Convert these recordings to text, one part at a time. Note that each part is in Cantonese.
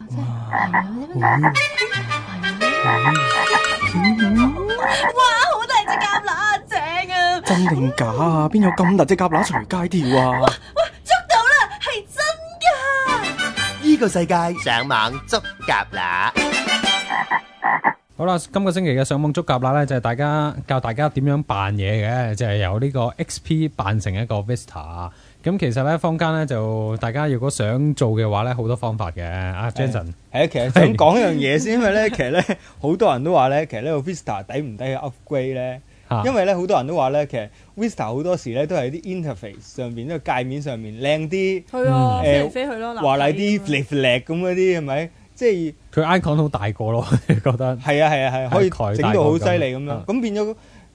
嗯哇，好大隻蛤乸，正啊！真定假啊？邊有咁大隻蛤乸隨街跳啊？哇，捉到啦，係真㗎！呢個世界上網捉蛤乸。好啦，今個星期嘅上網捉蛤乸咧，就係大家教大家點樣扮嘢嘅，就係、由呢個 XP 扮成一個 Vista。咁其實咧，坊間咧就大家如果想做嘅話咧，好多方法嘅。阿 Jason 係啊，其實想講一樣嘢先，因為咧，其實咧好多人都話咧，其實呢個 Vista 抵唔抵嘅 upgrade 咧？嚇，因為咧好多人都話咧，其實 Vista 好多時咧都係啲 interface 上邊，呢個界面上面靚啲、去啊，嗯飛嚟飛去咯，華麗啲、立體 flick flick 咁嗰啲係咪？即係佢 icon 好大個咯， 覺得係啊係啊係啊，可以係整到好犀利咁啊蓋大樣。個咁變咗，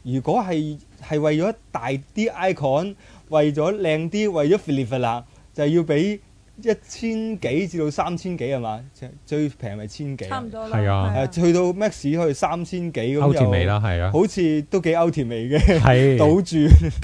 如果係係為咗大啲 icon，為咗靚啲，為咗 flick flick 啦，就係要俾一千幾至到三千幾係嘛？最最平咪千幾啊？咁樣差唔多啦，係啊誒去到 max 去三千幾咁歐甜又味啦，係啊，好似都幾歐甜味嘅，係賭注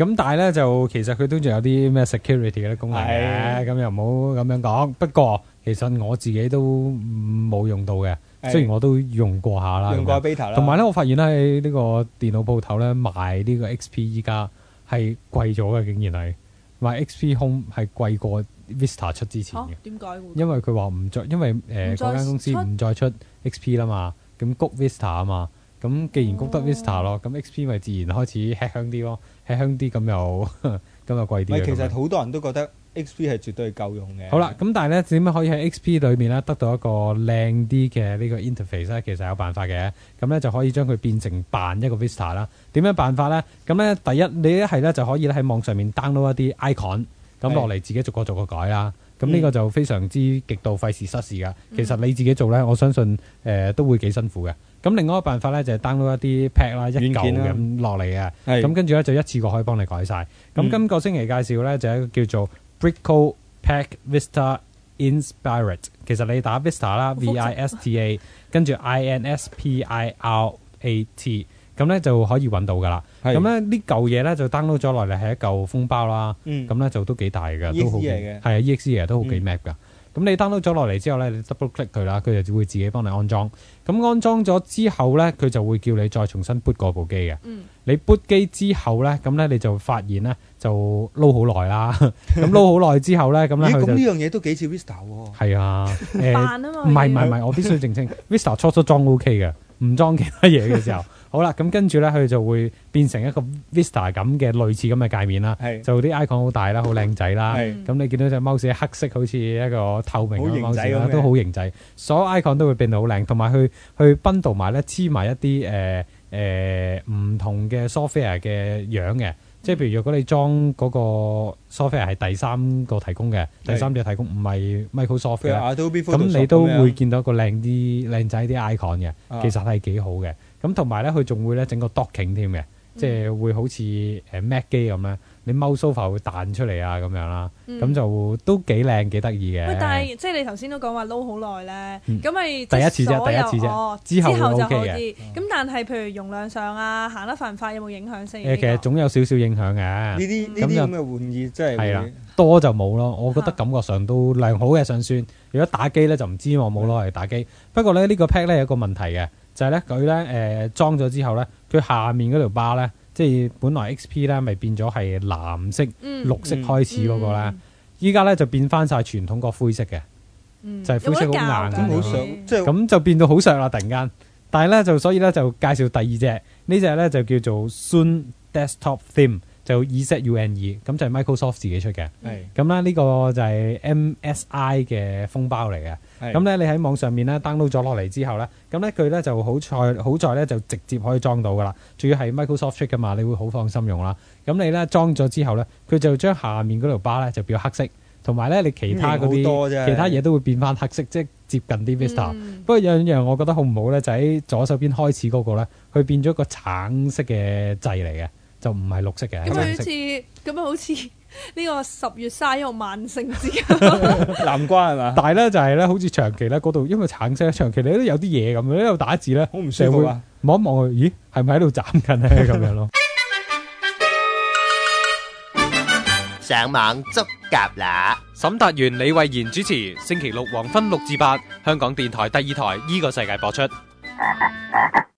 咁但係咧就其實佢都仲有啲咩 security 嗰啲功能嘅，係咁又唔好咁樣講。不過其實我自己都嗯冇用到嘅，係雖然我都用過下啦。用咁樣過 beta 啦。同埋咧，我發現咧喺呢個電腦鋪頭咧賣呢個 XP 依家係貴咗嘅，竟然係賣 XP Home 係貴過 Vista 出之前嚇嘅，哦點解會？因為佢話唔再，因為誒唔再嗰間公司出唔再出 XP 啦嘛，咁谷 Vista 啊嘛，咁既然谷得哦 Vista 咯，咁 XP 咪自然開始吃香啲咯，吃香啲咁又 咁又貴啲唔係嘅其咁樣實好多人都覺得 XP 係絕對夠用嘅。好啦，，咁但係咧點樣可以喺 XP 裏面咧得到一個靚啲嘅呢個 interface 咧？其實有辦法嘅，咁咧就可以將佢變成扮一個 Vista 啦。點樣辦法咧？咁咧第一，你一係咧就可以咧喺網上面 download 一啲 icon，咁係落嚟自己逐個逐個改啦。咁呢個嗯就非常之極度費事失事噶。其實你自己做咧，我相信誒、呃都會幾辛苦嘅。咁另外一個辦法咧就係 download 一啲 pack 啦，一嚿軟件啦咁落嚟嘅。係咁跟住咧就一次過可以幫你改晒。咁嗯今個星期介紹咧就係一個叫做 Brico Pack Vista Inspirit。其實你打 Vista 啦複雜，V I S T A，跟住 I N S P I R A T，咁咧就可以揾到噶啦。咁係咧呢嚿嘢咧就 download 咗落嚟係一嚿封包啦。嗯咁咧就都幾大㗎，都好 EXE E 嚟嘅係啊 EXE 嚟嘅都好幾嗯 map 㗎。咁你 download 咗落嚟之後咧，你 double click 佢啦，佢就會自己幫你安裝。咁安裝咗之後咧，佢就會叫你再重新 boot 過部機嘅。嗯你 boot 機之後咧，咁咧你就發現咧就撈好耐啦。咁撈好耐之後咧，咁嗯咦咧咁佢呢就樣嘢都幾似 Vista 喎。係啊， 誒扮啊嘛唔係唔要係唔係，我必須澄清，Vista 初初裝 OK 嘅，唔裝其他嘢嘅時候，好啦，咁跟住咧佢就會變成一個 Vista 咁嘅類似咁嘅界面啦，係就啲 icon 好大啦，好靚仔啦。嗯係咁你見到隻 mouse 黑色，好似一個透明嘅好 mouse 型仔咁啦嘅都好型仔。所有 icon 都會變到好靚，同埋去去 bundle 埋咧，黐埋一啲誒誒唔同嘅 software 嘅樣嘅。即係譬如若果你裝嗰個 software 係第三個提供嘅，第三者提供唔係 Microsoft 譬如嘅， Adobe Photoshop 咁你都咁樣會見到一個靚啲靚仔啲 icon 嘅，啊其實係幾好嘅。咁同埋咧，佢仲會咧整個 docking 添嗯嘅，即係會好似誒 Mac 機咁咧，你 mouse sofa 會彈出嚟啊咁樣啦。嗯咁就都幾靚幾得意嘅。喂，但係即係你頭先都講話撈好耐咧嗯，咁咪第一次啫所有第一次啫哦之後會就 OK 好嘅嗯啲。咁但係譬如容量上啊，行得快唔快有冇影響先？誒其實呢個總有少少影響呢嘅，啲咁呢啲就咁嘅玩意真係係啦會，多就冇咯。我覺得嚇感覺上都良好嘅尚算。如果打機咧就唔知我冇攞嗯嚟打機。不過咧呢個 pad 咧有一個問題嘅，就係咧佢咧誒裝咗之後咧，佢下面嗰條巴咧，即係本來 XP 咧咪變咗係藍色、嗯綠色嗯開始嗰個咧，依家咧就變翻晒傳統個灰色嘅。嗯就係灰色好硬咁好有冇得教㗎想即係咁就變到好削啦，突然間。但係咧就所以咧就介紹第二隻，呢隻咧就叫做 Sun Desktop Theme，就 E EZUNE，咁就係 Microsoft 自己出嘅。係咁啦，呢個就係 MSI 嘅封包嚟嘅。係咁咧你喺網上面咧 download 咗落嚟之後咧，咁咧佢咧就好在好在咧就直接可以裝到噶啦，仲要係 Microsoft 出噶嘛，你會好放心用啦。咁你咧裝咗之後咧，佢就將下面嗰條巴咧就變黑色，同埋咧你其他嗰型好多啲啫其他嘢都會變翻黑色，即係接近啲 Vista。嗯不過有樣我覺得好唔好咧，就喺左手邊開始嗰個咧，佢變咗個橙色嘅掣嚟嘅，就唔係綠色嘅，係咁橙佢好色似。咁佢好似呢個十月卅一號萬聖節南瓜係嘛？但係咧就係咧，好似長期咧嗰度，因為橙色咧，長期你都有啲嘢咁樣，喺度打字咧，好唔舒就服啊！會望一望佢，咦，係咪喺度斬緊咧咁樣咯？上網捉蛤乸。 沈達元、李慧賢主持，星期六黃昏六至八，香港電台第二台依個世界播出。